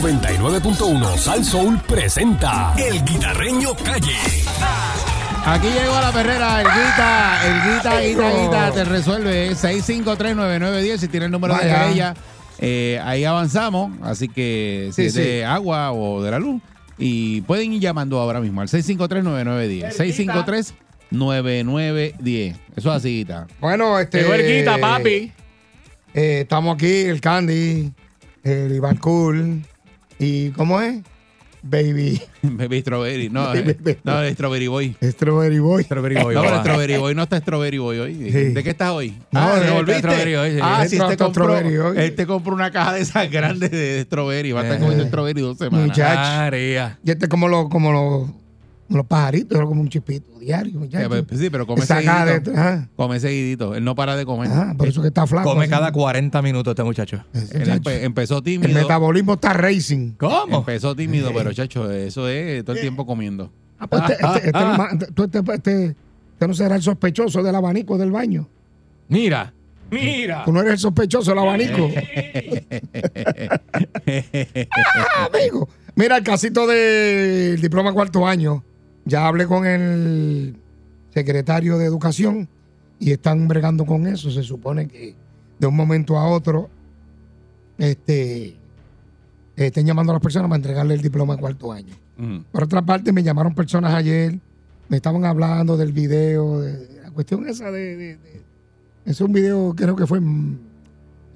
99.1 Sal Soul presenta El Guitarreño Calle. Aquí llegó la perrera, el guita, el guita, guita, guita, te resuelve ¿eh? 6539910 si tiene el número de Vaya. querella. eh, ahí avanzamos, así que si Sí, es de agua o de la luz. Y pueden ir llamando ahora mismo al 653-9910. 653-9910. Eso es así, guita. Bueno, este. Llegó el guita, papi. eh, estamos aquí, el Candy, el Iván Cool. ¿Y cómo es? Baby. Baby Strawberry. No, eh, no, Strawberry Boy. Strawberry Boy. Strawberry Boy, No, pero papá. Strawberry Boy no está Strawberry Boy hoy. Sí. ¿De qué estás hoy? No, ah, de- ¿te de volviste? Strawberry hoy, sí. Ah, sí, Entró te hasta compró, este Strawberry hoy. él te compró una caja de esas grandes de Strawberry. Va a estar Eh. comiendo Strawberry dos semanas. Muchacho. María. Y este es como los, como los, como los pajaritos, era como un chipito diario. Eh, muchacho. pues, Sí, pero come Saca de- seguidito. ajá, Come seguidito. Él no para de comer. ajá, Ah, por eso que está flaco. Come así. cada 40 minutos este muchacho. Ese Él muchacho. empe- empezó El Eh. tímido. metabolismo está racing. ¿Cómo? Empezó tímido, pero chacho, eso es Eh. todo el tiempo comiendo. Ah, pues este, este- este no ma- tú este- este- este no será el sospechoso del abanico del baño. Mira. Mira. Tú no eres el sospechoso del abanico. Ah, amigo. Mira, el casito del diploma cuarto año. Ya hablé con el secretario de Educación y están bregando con eso. Se supone que de un momento a otro este, estén llamando a las personas para entregarle el diploma cuarto año. Mm. Por otra parte, me llamaron personas ayer, me estaban hablando del video, de, de la cuestión esa de, de- de- Es un video, creo que fue mm,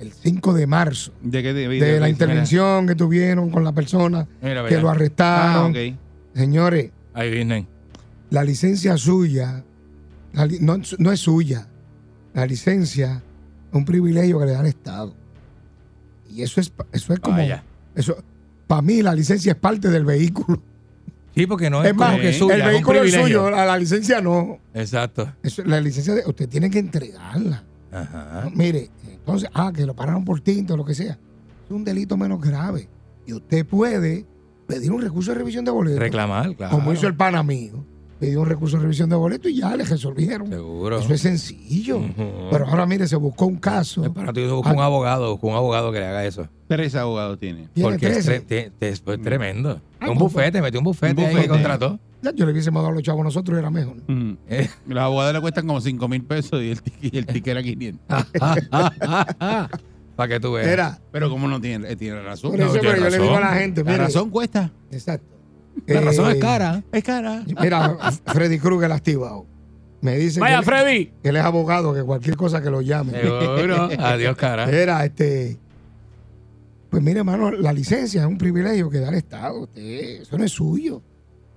el 5 de marzo, ¿De qué te- de la qué- intervención que tuvieron con la persona Mira, que lo mira. Ah, arrestaron. ok. Señores, Ahí vienen. la licencia suya la li- no, no es suya. La licencia es un privilegio que le da el Estado. Y eso es, pa- eso es como... Vaya. Eso, para mí la licencia es parte del vehículo. Sí, porque no es, Es más, como que el suya. el es un vehículo es privilegio. suyo, la- la licencia no. Exacto. Eso, la licencia, de- usted tiene que entregarla. Ajá. Mire, entonces, ah, que lo pararon por tinto, lo que sea. Es un delito menos grave. Y usted puede pedir un recurso de revisión de boleto. Reclamar, claro. Como hizo el pana mío. Pidió un recurso de revisión de boleto y ya le resolvieron. Seguro. Eso es sencillo. Ujú. Pero Ah. ahora, mire, se buscó un caso. Es para ti, busca un abogado, busca un abogado que le haga eso. Tres abogados tiene. Tiene Porque es, 13. tre- te- te- es pues, tremendo. Ah, un ¿cómo bufete, metió un bufete, Un ahí bufete. que contrató. Ya yo le hubiésemos dado a los chavos a nosotros, era mejor. Mm. Los abogados le cuestan como 5 mil pesos y el, tic- y el ticket era 500. ah, Para que tú veas. Era. Pero como no tiene, eh, tiene razón. Por No, eso, tiene pero yo le razón. digo a la gente, la mire, razón cuesta. Exacto. La razón Eh, es cara. Es cara. Mira, Freddy Krueger activado. Me dice Vaya, que, él- Freddy. que él es abogado, que cualquier cosa que lo llame. Seguro. Adiós, cara. Era este. Pues mire, hermano, la licencia es un privilegio que da el Estado. Usted, eso no es suyo.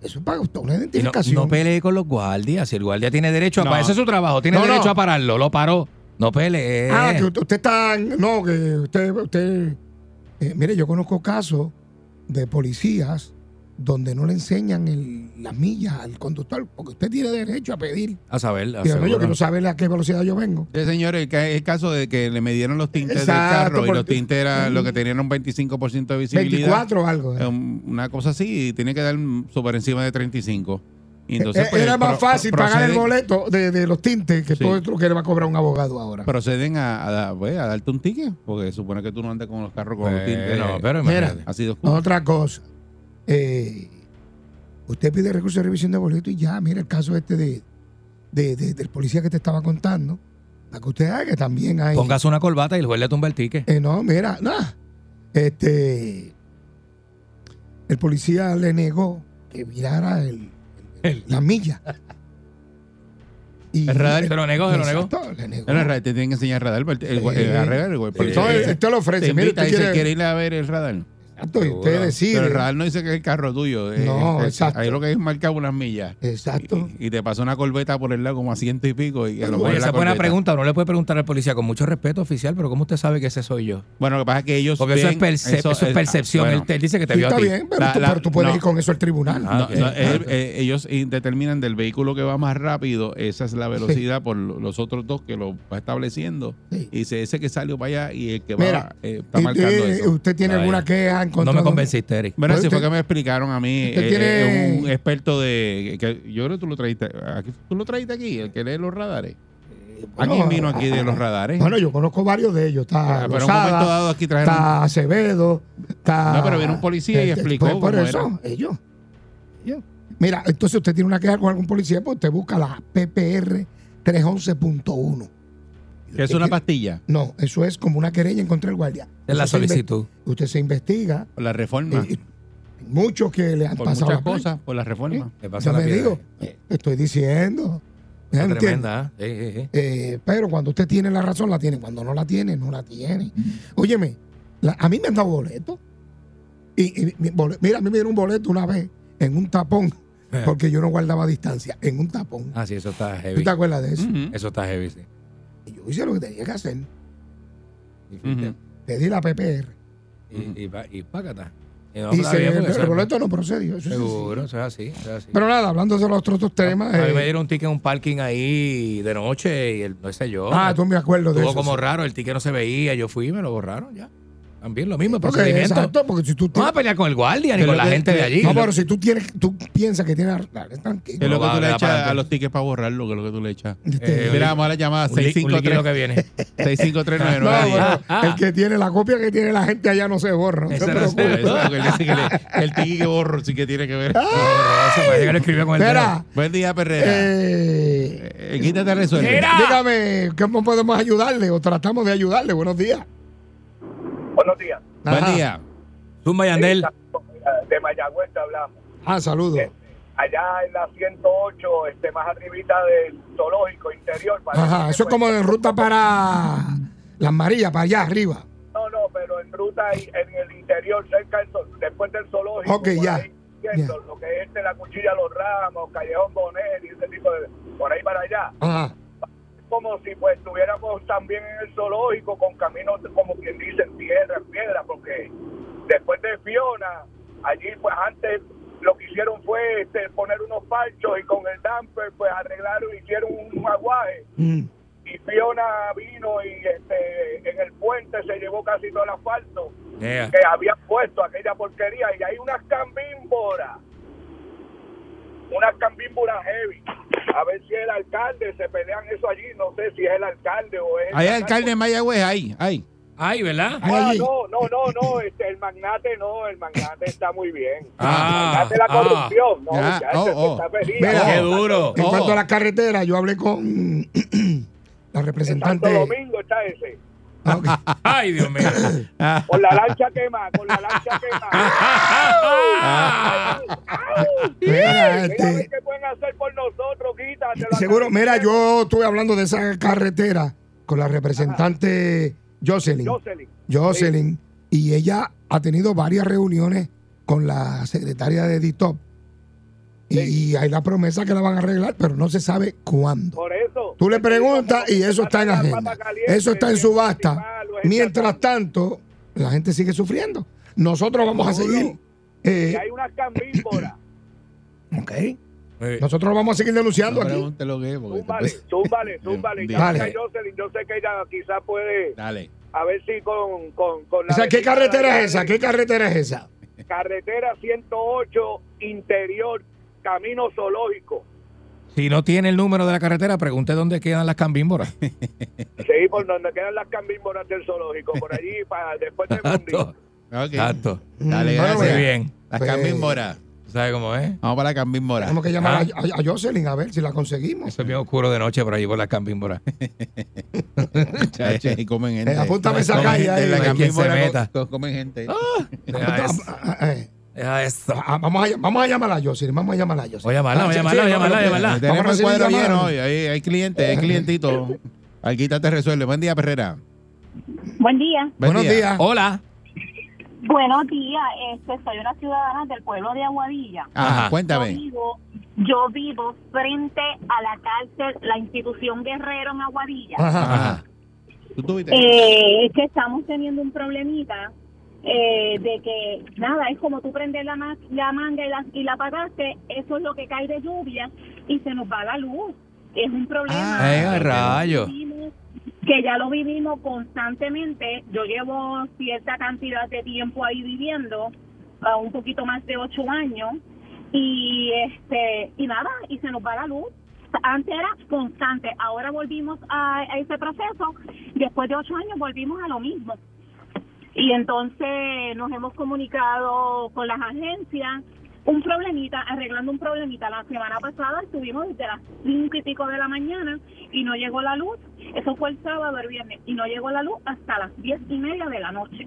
Eso es para usted una Y no, identificación. no pelee con los guardias. Si el guardia tiene derecho a No. parar, ese es su trabajo. Tiene No, no. derecho a pararlo. Lo paró. No pelee. ah, que usted, usted está. No, que usted. usted eh, mire, yo conozco casos de policías donde no le enseñan el- las millas al conductor, porque usted tiene derecho a pedir. a saber. a Diga, no, yo seguro. quiero saber a qué velocidad yo vengo. Sí, Este señor, el, ca- el caso de que le midieron los tintes Exacto, del carro y porque- los tintes eran lo que tenían un 25% de visibilidad. 24 o algo. Eh, un- Una cosa así, y tiene que dar mm, super encima de 35. Y Eh, entonces, pues, era más pro- fácil pro- pagar el proceden- boleto de, de los tintes que Sí. todo esto que le va a cobrar un abogado ahora. Proceden a, a da- pues, a darte un ticket, porque supone que tú no andas con los carros con los tintes. Bueno, eh, Pues, pero Mira. imagínate. así de oscuro. Otra cosa. eh, usted pide recurso de revisión de boleto y ya, mira el caso este de, de- de- del policía que te estaba contando. Para que usted haga que también hay. Póngase una corbata y el juez le tumba el ticket. Eh, no, mira, nada. Este. El policía le negó que mirara el, El- la milla. Y, El radar se lo negó, se lo negó. eh, Exacto, le negó. Pero el radar, te tienen que enseñar radar. pero El, el, el, Eh, radar, el- Porque Entonces, el- usted lo ofrece. te Mire, invita usted y dice, quiere, ¿quiere ir a ver el radar? Exacto, y usted Seguro. decide. Pero el radar no dice que es el carro tuyo. eh, No, eh, exacto. Ahí lo que es marcar unas millas. Exacto. Y, y te pasó una corbeta por el lado como a ciento y pico. Y a lo mejor Oye, la esa es buena corbeta. pregunta. Uno le puede preguntar al policía con mucho respeto, oficial, pero ¿cómo usted sabe que ese soy yo? Bueno, lo que pasa es que ellos. Porque eso es, ven- percep- eso es eh, percepción. bueno, él, te- él dice que te Sí, vio a está ti. bien, pues, pero, La- tú, la- pero tú puedes no. ir con eso al tribunal. Ah, no, ok. no, él- eh, ellos in- determinan del vehículo que va más rápido, esa es la velocidad por lo- los otros dos que lo va estableciendo. Sí. Y dice ese que salió para allá y el que Mira, va eh, está Y marcando usted- eso. ¿Usted tiene Vaya. alguna queja en contra No me de- convenciste, Eric. Bueno, Pero así fue usted- que me explicaron a mí. usted eh, tiene- eh, un experto de. que- yo creo que tú lo trajiste. Aquí, ¿Tú lo trajiste aquí? El que lee los radares. Bueno, ¿A quién vino aquí a- de los radares? ah, Bueno, yo conozco varios de ellos. Está Ah, pero en un Lozada, momento dado aquí trajeron- Está Acevedo, está... No, pero vino un policía y Este, explicó pues, por cómo eso, ellos. ellos. Mira, entonces usted tiene una queja con algún policía, pues usted busca la PPR 311.1. Que es una pastilla. No, eso es como una querella en contra del guardia. Es la Usted se inve- solicitud. Usted se investiga. Por la Ah. reforma. eh, muchos que le han Por pasado muchas la plancha. cosas, por la reforma. Le Yo pasa la me piedra. digo, eh, te estoy diciendo. ¿Me Está entiendes? Tremenda, ¿eh? Eh, eh, eh. Eh, pero cuando usted tiene la razón, la tiene. Cuando no la tiene, no la tiene. Óyeme, la- a mí me han dado boletos. Y, y mi bole- mira, a mí me dieron un boleto una vez en un tapón, Eh. porque yo no guardaba distancia, en un tapón. Ah, Mm. sí, eso está ¿Tú heavy. te acuerdas de eso? Ujú. Eso está heavy, sí. Y yo hice lo que tenía que hacer. Y, Ujú. Pedí la PPR. y, y, pa- y págata. Y no, y está se- bien, el, porque eso es- boleto no procedió. eso es Seguro, así. eso es así, eso es así. Pero nada, hablando de los otros temas. a mí eh, me dieron un ticket en un parking ahí de noche y el, no sé yo. ah, tú me acuerdo de Estuvo eso. Oh, como sí. raro, el ticket no se veía, yo fui y me lo borraron ya. También lo mismo, el Porque, procedimiento. exacto, porque si tú No vas a tienes- pelear con el guardia ni Pero con la que- gente de que- allí. No, pero si tú tienes, tú piensas que tienes la- dale, tranquilo. Que Es lo No que va, tú le le da para echas a adelante. los tickets para borrarlo, que es lo que tú le echas. Eh, eh, Este, Mira, vamos a la llamada Un li- un líquido que 653 viene. 653 No, pero 9910 el que tiene la copia que tiene la gente allá no se borra. No se ah. Ese era preocupe. el- El ticket que borro sí que tiene que ver. Horroroso, parece que lo escribió con el Espera, Buen día, Perrera. eh, Eh, Quítate resuelve. Mira. dígame, ¿cómo podemos ayudarle o tratamos de ayudarle? Buenos días. Buenos días. Ajá. Buen día. dedo. Zumba Yandel. De Mayagüez te hablamos. Ah, saludos. Allá en la 108, este, más arribita del zoológico interior. parece Ajá, que eso es fue. como en ruta para Las Marías, para allá arriba. No, no, pero en ruta y- en el interior, cerca del zool- después del zoológico. Ok, por ya. ahí, yendo, Lo que es de la cuchilla Los Ramos, Callejón Bonet y ese tipo de... Por ahí para allá. Ajá. Como si pues estuviéramos también en el zoológico con caminos, como quien dice, en piedra, en piedra, porque después de Fiona, allí pues antes lo que hicieron fue este, poner unos parchos y con el damper pues arreglaron, hicieron un aguaje Mm. y Fiona Este vino y este, en el puente se llevó casi todo el asfalto Yeah. que habían puesto aquella porquería y hay unas cambímboras, unas cambímboras heavy. A ver si el alcalde se pelean eso allí, no sé si es el alcalde o es. Hay alcalde en Mayagüez, ahí, ahí. Ay, ¿verdad? Ah, allí. no, no, no, no, este, el magnate no, el magnate está muy bien. Ah, el magnate de la ah, corrupción, no, ya, ya, ese oh, oh. está feliz. Mira, Ah, Qué duro. En Oh. cuanto a la carretera, yo hablé con la en Santo representante. Domingo está ese. Ah, ok. Ay, Dios mío. Con la lancha quema, con la lancha quema. Ah. Mira, Mira a ver este, qué pueden hacer por nosotros, quita. te lo seguro, agradecemos. mira, yo estuve hablando de esa carretera con la representante Jocelyn. Jocelyn. Jocelyn, y ella ha tenido varias reuniones con la secretaria de DITOP. Y hay la promesa que la van a arreglar, pero no se sabe cuándo. Por eso. Tú le preguntas y eso está en agenda. Eso está en subasta. Mientras tanto, la gente sigue sufriendo. Nosotros vamos a seguir. eh, Y hay unas cambímboras. ok. Muy bien. Nosotros vamos a seguir denunciando No aquí. pregunte lo que es, porque Zúmbale, después- zúmbale, zúmbale. Ya Dale. está Jocelyn, yo sé que ella quizás puede, Dale. a ver si con, con, con O sea, ¿qué vecina carretera de- es esa? ¿Qué carretera es esa? Carretera 108, interior, camino zoológico. Si no tiene el número de la carretera, pregunte dónde quedan las cambímboras. Sí, por donde quedan las cambímboras del zoológico, por allí, para después de Mundi. Exacto. Ok. Exacto. Dale, Mm, bueno, gracias. Muy mira, bien. La Pues- Carmen Mora. ¿Sabes cómo es? Vamos para la Carmen Mora. Tenemos que llamar a, a- a Jocelyn a ver si la conseguimos. Eso es bien oscuro de noche por allí por las cambímboras. Chacho, y comen gente. Eh, apúntame esa Comen calle gente ahí. en La No hay Carmen quien se Mora meta. co- co- comen gente. Ah, Deja eso. Eh, Deja eso. Ah, ah, Vamos a, vamos a llamar a Jocelyn, vamos a llamar a Jocelyn. Voy a llamarla, voy a Ah, sí, llamarla, sí, voy vamos a llamarla, voy a llamarla. Tenemos el recibir cuadro llamadas. lleno hoy. Hay, hay clientes, hay clientito. Alguita te resuelve. Buen día, Perrera. Buen día. Buen Buenos día. días. Hola. Buenos días. Este, soy una ciudadana del pueblo de Aguadilla. Ajá, Ajá. Yo cuéntame. vivo, yo vivo frente a la cárcel, la institución Guerrero en Aguadilla. Ajá. Ajá. ¿Tú tuviste? Eh, es que estamos teniendo un problemita eh, de que, nada, es como tú prendes la, ma- la manga y la, y la apagaste, eso es lo que cae de lluvia y se nos va la luz. Es un problema. Este, Ah, eh, a rayos. vivimos- que ya lo vivimos constantemente. Yo llevo cierta cantidad de tiempo ahí viviendo, ah, un poquito más de ocho años, y este y nada, y se nos va la luz. antes era constante, ahora volvimos a, a ese proceso, después de ocho años volvimos a lo mismo. Y entonces nos hemos comunicado con las agencias, un problemita, arreglando un problemita. La semana pasada estuvimos desde las cinco y pico de la mañana y no llegó la luz, eso fue el sábado, el viernes, y no llegó la luz hasta las diez y media de la noche.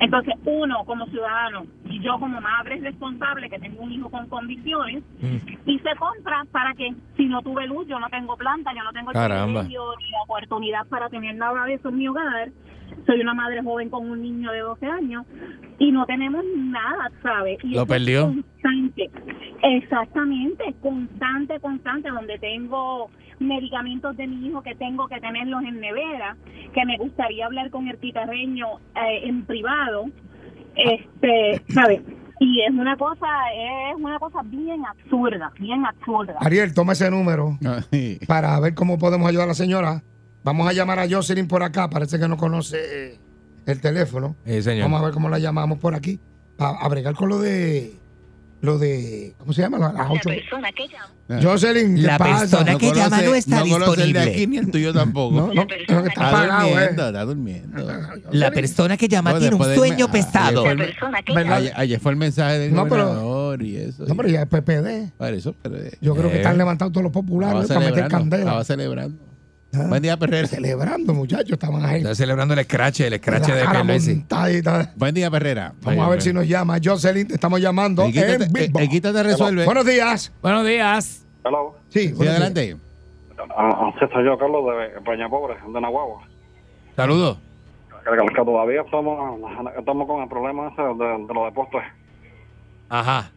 Entonces, uno como ciudadano y yo como madre responsable que tengo un hijo con condiciones, hice compras para que si no tuve luz, yo no tengo planta, yo no tengo el Caramba. privilegio ni la oportunidad para tener nada de eso en mi hogar. Soy una madre joven con un niño de 12 años y no tenemos nada, ¿sabes? Y Lo eso es perdió. Constante. Exactamente, constante, constante, donde tengo medicamentos de mi hijo que tengo que tenerlos en nevera, que me gustaría hablar con el guitarreño eh, en privado, este, ¿sabes? Y es una cosa, es una cosa bien absurda, bien absurda. Ariel, toma ese número Ay, para ver cómo podemos ayudar a la señora. Vamos a llamar a Jocelyn por acá, parece que no conoce eh, el teléfono. Sí, señor. Vamos a ver cómo la llamamos por aquí. A, a bregar con lo de. Lo de. ¿Cómo se llama? La, las ocho- persona que llama. Jocelyn, ¿qué La pasa? persona que llama no está conoce el de disponible. aquí ni el tuyo tampoco. No, no, no, que está está, apagado, durmiendo, eh. está durmiendo, La persona que llama No, tiene un después de- sueño ah, pesado. después- ¿Verdad? Ayer, ayer fue el mensaje del No, pero- gobernador y eso. No, pero y- ya es PPD. Para eso, pero, eh, Yo creo que Eh. están levantando todos los populares estaba eh, para meter celebrando. candela. Estaba celebrando. Ah. Buen día, Perrera. Celebrando, muchachos, estaban ahí. Está celebrando el scratch, el scratch La de cara Pierluisi. montadita. Buen día, Perrera. Vamos a ver si nos llama. Jocelyn, te estamos llamando. El quita en te- vivo. el- el quita te resuelve. Buenos días. Buenos días. Hello. Sí, Sí, buenos días. adelante. Ah, sí, soy yo, Carlos, de Peña Pobre, de Nahuagua. Saludos. Que, que todavía estamos, estamos con el problema ese de, de los deportes. Ajá.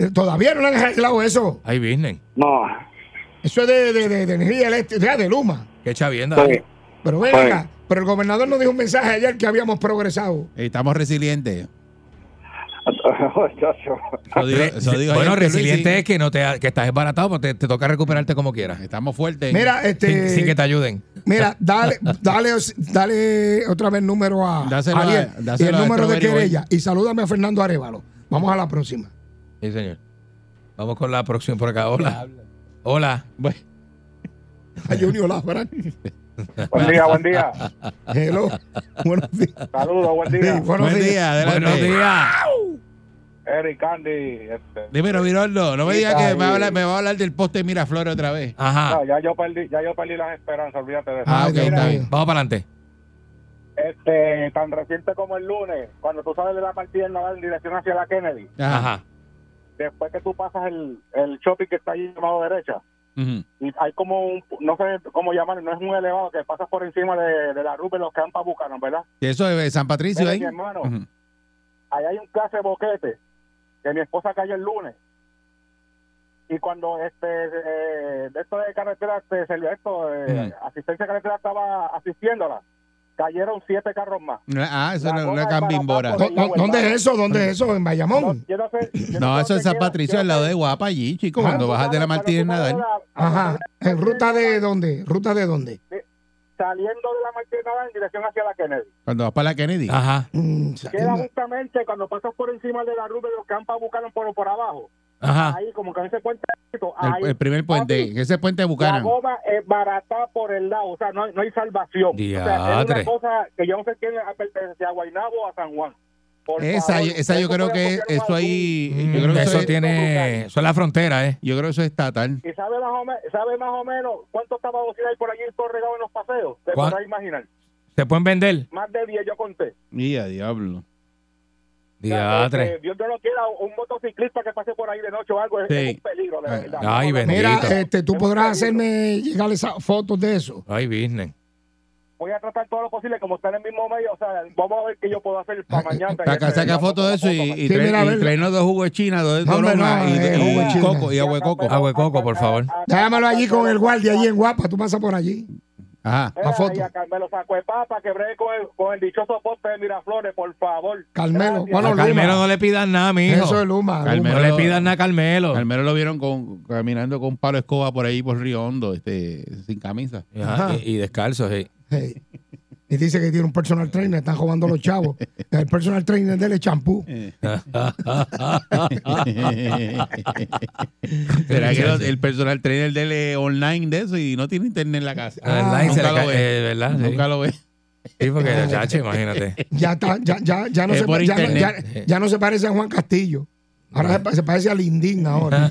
Eh, Todavía no le han arreglado eso. Hay business. No, Ah, Eso es de, de- de- de energía eléctrica, de Luma. Qué chavienda. sí, Pero ven Sí. acá. Pero el gobernador nos dijo un mensaje ayer que habíamos progresado. Estamos resilientes. muchacho. Eso dijo- eso dijo bueno, ayer Pierluisi. resiliente es que no te ha- que estás embaratado, pero te, te toca recuperarte como quieras. Estamos fuertes. Mira, este. Sin, sin que te ayuden. Mira, dale, dale, dale otra vez número a Dáselo a- Ariel y dáselo el a número de Strawberry Boy. querella. Y salúdame a Fernando Arevalo. Vamos a la próxima. Sí, señor. Vamos con la próxima por acá. Hola. Hola. Bueno, A Junior Labran. Buen día, buen día. Hello. Buenos días. Saludos, buen Sí, día. buenos buen días. día, adelante. Buenos días. Eric Candy. este, Dímelo, Viroldo. No me digas que Ay. me va, a hablar, me va a hablar del poste de Miraflores otra vez. Ah, Ajá. no, ya yo perdí, ya yo perdí las esperanzas, olvídate de eso. Ah, Ay, ok, Dios está mío. bien. Vamos para adelante. Este, tan reciente como el lunes, cuando tú sales de la partida en Naval en dirección hacia la Kennedy, Ajá. Ajá. después que tú pasas el, el shopping que está allí llamado derecha, Ujú. y hay como un, no sé cómo llamarlo, no es un elevado que pasas por encima de, de la Rube, los campas bucanos, ¿verdad? Y Eso es San Patricio Mira, ahí. mi hermano, Ujú. allá hay un clase de boquete que mi esposa cayó el lunes. Y cuando este eh, de esto de carretera, este, Sergio, esto, eh, asistencia de carretera estaba asistiéndola, cayeron siete carros más. Ah, eso La no, no goma es es Cambimbora. barata, ¿Dó- dó- ¿Dónde es eso? ¿Dónde es eso? ¿En Bayamón? yo no sé- yo No, sé eso dónde es San queda- Patricio, yo al no lado sé- de Guapa allí, chico. Ah, Cuando tú bajas de la sabes, Martínez cuando tú Nadal. vas de la- Ajá. ¿En ruta de dónde? ¿Ruta de dónde? Saliendo de la Martínez Nadal en dirección hacia la Kennedy. Cuando vas para la Kennedy. Ajá. Mm, Queda saliendo. justamente cuando pasas por encima de la Rube, los campas buscaron por, por abajo. Ah. Ajá. Ahí, como que no se cuenta. El, el primer puente, ese es puente de Ah, La Bucaram. goma es barata por el lado, o sea, no hay, no hay salvación. O sea, es Diatre. una cosa que yo no sé quién pertenece a Guaynabo o a San Juan. Por Esa, favor, esa yo eso creo puede que es- copiar eso algún- ahí, yo creo Mm, que eso, Eso es- tiene. Eso es la frontera, ¿eh? yo creo que eso es estatal. ¿Y sabe más, o me- sabe más o menos cuántos tapabocina hay por allí regado en los paseos? Te ¿Cuán- podrás imaginar. ¿Se pueden vender? Más de 10 yo conté. Mira, diablo. O sea, Diatre. que Dios no lo quiera, un motociclista que pase por ahí de noche o algo es, Sí. Eh, es un peligro, de verdad. Ay, No, no, bendito. Mira, este, tú podrás hacerme llegar esas fotos de eso. Ay, business. Voy a tratar todo lo posible, como está en el mismo medio, o sea, vamos a ver qué yo puedo hacer para mañana. Saca, saca foto de eso y, y Sí, trae- mira, a y ver. traernos dos jugos de China, dos de No, hombre, toronja no, y, eh, y jugo de China. coco, y agua de coco. Agua de coco, por favor. eh, Llámalo allí con el guardia, allí en Guapa. Tú pasas por allí. Ajá. la foto. Y a Carmelo Saco de Papa, que bregue con el, con el dichoso poste de Miraflores, por favor. Carmelo. Gracias. Bueno, A Luma. Carmelo no le pidan nada, mijo. Eso es Luma. Luma. Carmelo. No le pidan nada a Carmelo. Carmelo lo vieron con, caminando con Pablo Escoba por ahí, por Río Hondo, este, sin camisa. Ajá, Y, y descalzo, sí. Hey. Y dice que tiene un personal trainer, están robando los chavos. El personal trainer de él es champú. ¿Será que los- el personal trainer de él es online de eso y no tiene internet en la casa? Ah, La verdad, y se nunca le lo cae- ve. eh, Ah, ¿verdad? Sí. Nunca lo ve. Sí, porque, chacho, imagínate. Ya está, ya, ya, ya no Es se por pa- ya, no- internet. Eh. ya- ya no se parece a Juan Castillo. Ahora se, pa- se parece a Lindín Ah, ahora.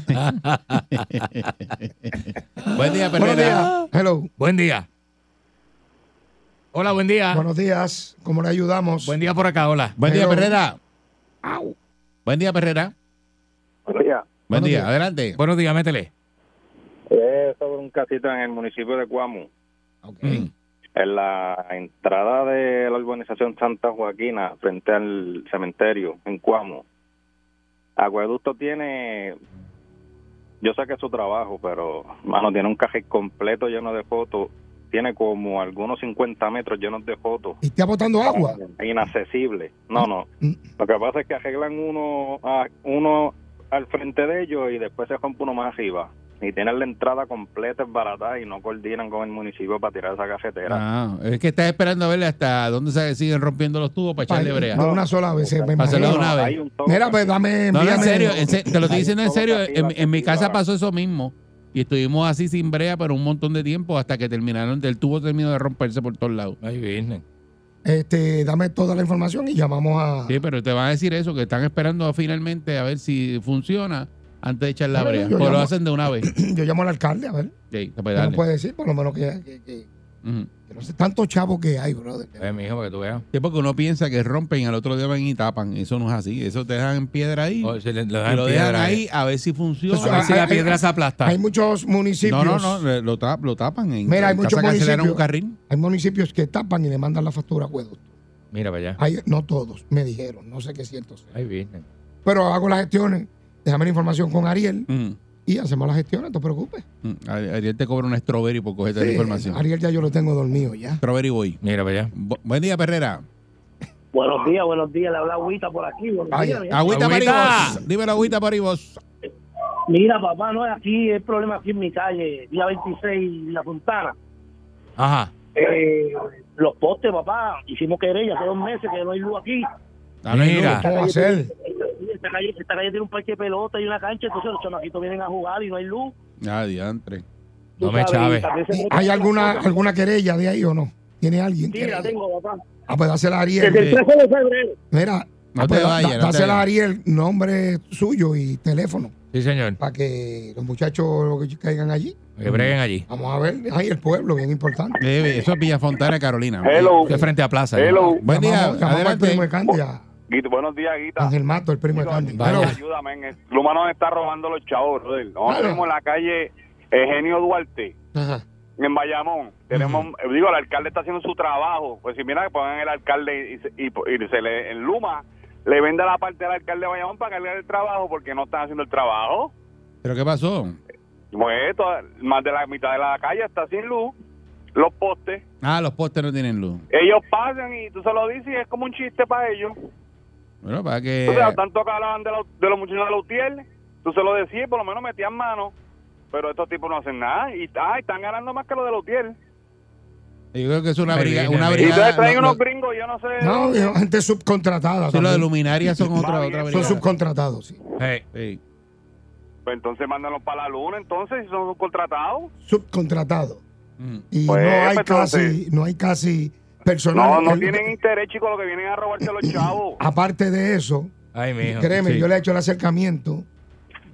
Buen día, Buenos Perrera. días. Hello. Buen día. Hola, buen día. Buenos días. ¿Cómo le ayudamos? Buen día por acá, hola. Buen día, Hello. Perrera. Buen día, Perrera. Buen Buenos día, días. adelante. Buenos días, métele. Es sobre un casito en el municipio de Cuamo, Mm. en la entrada de la urbanización Santa Joaquina, frente al cementerio en Cuamo. Acueducto tiene, yo sé que es su trabajo, pero mano, tiene un cajón completo lleno de fotos, tiene como algunos 50 metros llenos de fotos. ¿Y está botando agua? Inaccesible. No, no. Mm. Lo que pasa es que arreglan uno a- uno al frente de ellos y después se rompe uno más arriba. Y tienen la entrada completa, es barata y no coordinan con el municipio para tirar esa carretera. Ah, es que estás esperando a verle hasta dónde se siguen rompiendo los tubos para echarle brea. No, una sola vez. me Pásalo imagino. una vez. Hay un toque. Mira, pues dame, No, no, en envíame- serio, en se- te lo estoy Ahí diciendo en todo serio. cativa, En, en mi cativa. casa pasó eso mismo. Y estuvimos así sin brea por un montón de tiempo hasta que terminaron, el tubo terminó de romperse por todos lados. Ay, business. este, dame toda la información y llamamos a. Sí, pero te van a decir eso, que están esperando finalmente a ver si funciona antes de echar la Bueno, brea. yo O lo llamo. hacen de una vez. Yo llamo al alcalde, a ver. Sí, pues ¿Qué dale. nos puede decir? Por lo menos que, que- que- Ujú. que no sé, tantos chavos que hay, brother. Pues, Eh, mi hijo, para que tú veas. Sí, porque uno piensa que rompen y al otro día van y tapan. Eso no es así. Eso te dejan en piedra ahí. Oh, se le- le y dan lo dejan piedra, eh. ahí a ver si funciona. Eso- A ver si Hay- la hay- piedra se aplasta. Hay muchos municipios. no, no, no, le- lo, tap- lo tapan. En, Mira, hay en muchos casa cancelaron un municipios- carril. Hay municipios que tapan y le mandan la factura a acueducto. Mira para allá. Hay- no todos, me dijeron. No sé qué cierto sea. Ay, business. Pero hago las gestiones. Déjame la información con Ariel Mm, y hacemos las gestiones, no te preocupes. mm. Ari- Ariel te cobra un strawberry por coger esta Sí, información. Ariel ya yo lo tengo dormido ya. Strawberry Boy. Mira para allá. Bu- buen día, Perrera. Buenos días, buenos días. Le habla Agüita por aquí. buenos Vaya. días, mira. Agüita, Agüita. Paribos. Dímelo, Agüita Paribos. Mira, papá, no es aquí el problema aquí en mi calle, día 26, La Fontana. Ajá. Eh, los postes, papá, hicimos querella hace dos meses que no hay luz aquí. Mira. ¿Cómo va a ser? Esta calle, esta calle tiene un parque de pelota y una cancha, entonces los chamaquitos vienen a jugar y no hay luz. Ah, diantre. Tú No me chaves. sabes, también se- ¿Hay alguna, alguna querella de ahí o no? ¿Tiene alguien? Sí, la querella? tengo, papá. Ah, pues dásela a Ariel. Desde el 13 de febrero. Mira, No ah, te pues, da- vayas, da- no te dásela a vayas. Ariel, nombre suyo y teléfono, Sí, señor. para que los muchachos que caigan allí. Que breguen allí. Vamos a ver, ahí el pueblo, bien importante. Debe, eso es Villa Fontana, Carolina. Hello. De frente a plaza. ¿eh? Hello. Buen día, Llamamos- llamamos al primo de adelante. Candy, a Guito, buenos días, Guita. Ángel Mato, el primo de Candy. Vaya. Hello. Ayúdame, en el- el humano nos está robando los chavos. brother. Nosotros Claro. tenemos la calle Eugenio Duarte, Ajá. en Bayamón. Tenemos, eh, digo, el alcalde está haciendo su trabajo. Pues si mira que pongan el alcalde y se, y, y se le, en Luma, le venda la parte del alcalde de Bayamón para que le haga el trabajo porque no están haciendo el trabajo. ¿Pero qué pasó? Pues toda- más de la mitad de la calle está sin luz, los postes. Ah, los postes no tienen luz. Ellos pasan y tú se lo dices y es como un chiste para ellos. Bueno, para O que. sea, tanto que hablaban de, los- de los muchachos de la UTIER, tú se lo decías y por lo menos metían mano. Pero estos tipos no hacen nada y ah, están ganando más que los de la UTIER. Yo creo que es una Me brigada. vine, Una me Y brigada entonces traen lo- unos lo- gringos, yo no sé. No, digo, gente subcontratada. sí, los de también. luminarias son otra, otra Son brigada. subcontratados, sí. Hey. Sí. Pues entonces mándanos para la luna, entonces, si son contratados. Subcontratados. Mm. Y Pues, no hay pues, casi, entonces. no hay casi personal. No, no El- tienen interés, chicos, lo que vienen a robarse a los chavos. Aparte de eso, Ay, mijo. créeme, sí. yo le he hecho el acercamiento.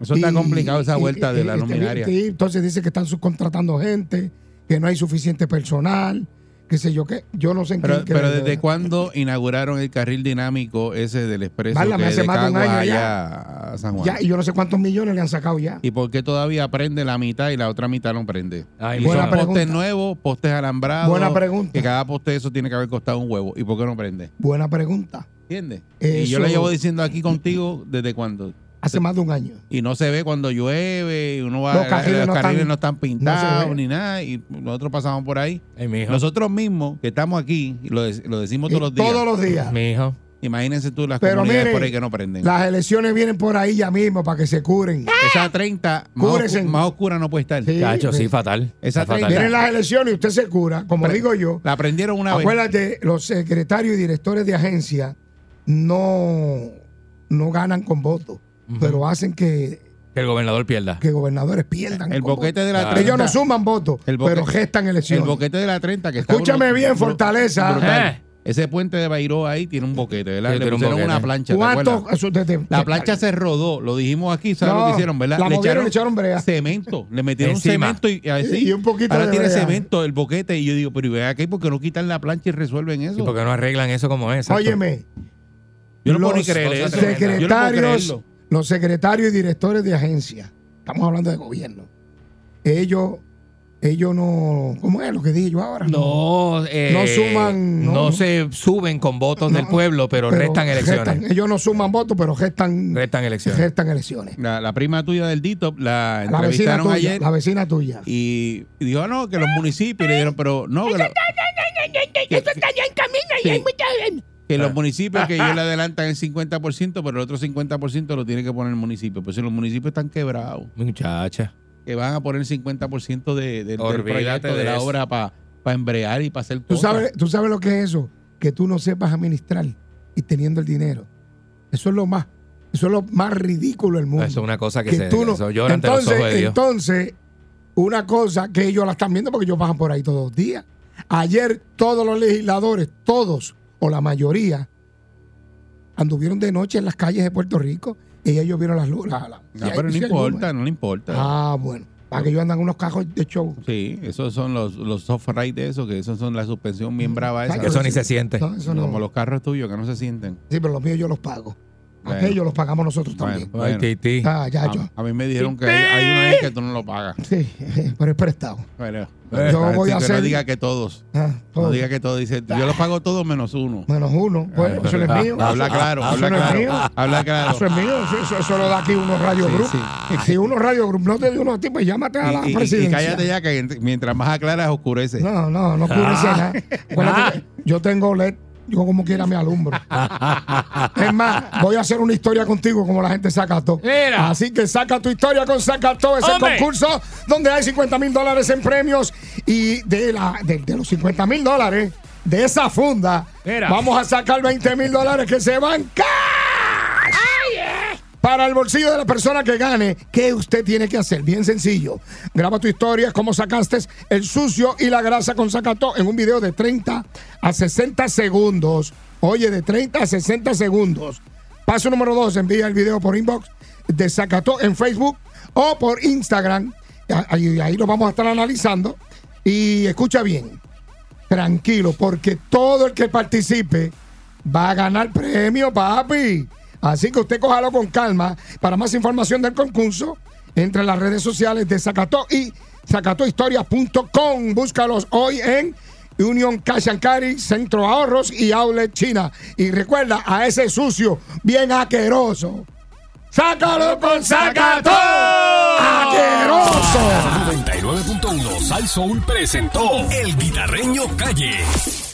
Eso está Y- complicado, esa y- vuelta y- este de la y- luminaria. sí, entonces dice que están subcontratando gente, que no hay suficiente personal, qué sé yo qué. Yo no sé en Pero, quién pero creen, de ¿desde verdad. cuándo inauguraron el carril dinámico ese del expreso Válgame, que hace de más de un Caguas año ya. allá a San Juan? Ya, y yo no sé cuántos millones le han sacado ya. ¿Y por qué todavía prende la mitad y la otra mitad no prende? Ay, Y Buena son mijo. pregunta. postes nuevos, postes alambrados. Buena pregunta. Que cada poste de eso tiene que haber costado un huevo. ¿Y por qué no prende? Buena pregunta. ¿Entiendes? Y Eso- yo le llevo diciendo aquí contigo desde cuándo. Hace más de un año. Y no se ve cuando llueve, y uno va, Los carriles no están- no están pintados ve. ni nada, y nosotros pasamos por ahí. Ay, mijo. Nosotros mismos que estamos aquí, y lo, de- lo decimos Y todos los días. Todos los días. Mijo. Imagínense tú las Pero comunidades mire, por ahí que no prenden. las elecciones vienen por ahí ya mismo para que se curen. Esa 30, más, Cúbrese. oscu- más oscura no puede estar. Sí, Cacho, sí, sí. fatal. Esa Está fatal. Vienen las elecciones y usted se cura, como Pre- digo yo. La prendieron una vez. Acuérdate, los secretarios y directores de agencia no, no ganan con votos, pero hacen que, Que el gobernador pierda. que gobernadores pierdan. El con boquete de la votos. 30. Ellos no suman votos, El boquete- pero gestan El elecciones. boquete de la 30 que está Escúchame bru- bien, bru- Fortaleza. brutal. Eh. Ese puente de Bairro ahí tiene un boquete, ¿verdad? Sí, Le tiene un pusieron boquete. una plancha, ¿te ¿Cuántos? acuerdas? eso te- te- La plancha se rodó, lo dijimos aquí, ¿sabes No, lo que hicieron, verdad? la movieron y le echaron brea. Cemento, le metieron Encima. cemento y, así. Y un poquito Ahora de tiene brea. cemento el boquete y yo digo, pero ¿y ven aquí porque no quitan la plancha y resuelven eso? ¿Y por qué no arreglan eso como es? Óyeme, yo no puedo ni los creer eso. Yo no puedo secretarios, creerlo. los secretarios y directores de agencia, estamos hablando de gobierno, ellos, ellos no, ¿cómo es lo que dije yo ahora? No, eh, No suman, No, no, no. se suben con votos del No, pueblo, pero, restan elecciones. gestan. ellos no suman votos, pero gestan, Restan elecciones. gestan elecciones. La, la prima tuya del Dito la La vecina entrevistaron tuya, ayer la vecina tuya. y, y dijo, ah, no, que los municipios le dieron, pero no, que, la- que- Sí. que Ah. los municipios que ellos le adelantan el 50%, pero el otro 50% lo tiene que poner el municipio. Pues si los municipios están quebrados, Muchacha. que van a poner el 50% de, de- del Olvídate proyecto de, de la eso. obra para embrear y para hacer ¿Tú cosas. sabes, ¿Tú sabes lo que es eso? Que tú no sepas administrar y teniendo el dinero. Eso es lo más, eso es lo más ridículo del mundo. Eso es una cosa que, que se tú no- eso llora ante los entonces, ojos de Dios. entonces, una cosa que ellos la están viendo porque ellos pasan por ahí todos los días. Ayer todos los legisladores, todos o la mayoría, anduvieron de noche en las calles de Puerto Rico y ellos vieron las luces. No, Ah, pero no importa, no le importa. Ah, bueno. Para que ellos andan unos cajos de show. Sí, esos son los, los soft ride de eso, que esos son la suspensión bien brava esa. Ay, Eso ni se siente. No, eso no. Ah, Como los carros tuyos que no se sienten. Sí, pero los míos yo los pago. Bueno. Aquellos los pagamos nosotros Bueno, pues, también. Ay, bueno. Titi. Ah, ya, yo. A, a mí me dijeron que hay, hay una vez que tú no lo pagas. Sí, pero es prestado. Pero, Yo voy a que hacer- No diga que todos. Ah, todo. No diga que todos. Dice, yo los pago todos menos uno. Menos uno. Eh, Pues, eso no es mío. Habla claro, eso habla no es mío. claro. Habla claro. Eso es mío, eso, eso- eso lo da aquí unos Radio Sí, Group. sí. Si unos Radio Group no te dio unos tipos, llámate a Y, la y- y presidencia. cállate ya que ent- mientras más aclaras oscurece. No, no, no cubre Ah. ese nada. Acuérdate que Yo tengo LED, yo como quiera me alumbro. es más, voy a hacer una historia contigo como la gente saca todo. Mira. Así que saca tu historia con saca todo ese Hombre. concurso donde hay 50 mil dólares en premios y de, la, de, de los 50 mil dólares de esa funda Mira. vamos a sacar 20 mil dólares que se van cash para el bolsillo de la persona que gane, ¿qué usted tiene que hacer? Bien sencillo. Graba tu historia, cómo sacaste el sucio y la grasa con Zacató en un video de 30 a 60 segundos. Oye, de 30 a 60 segundos. Paso número 2, envía el video por inbox de Zacató en Facebook o por Instagram. Ahí, ahí lo vamos a estar analizando. Y escucha bien tranquilo, porque todo el que participe va a ganar premio, papi. Así que usted cójalo con calma. Para más información del concurso, entre las redes sociales de Zacató y zacatohistoria.com. Búscalos hoy en Union Cash and Carry, Centro Ahorros y Outlet China. Y recuerda a ese sucio, bien asqueroso. ¡Sácalo con Zacató! ¡Aqueroso! 99.1 Sal Soul presentó El Guitarreño Calle.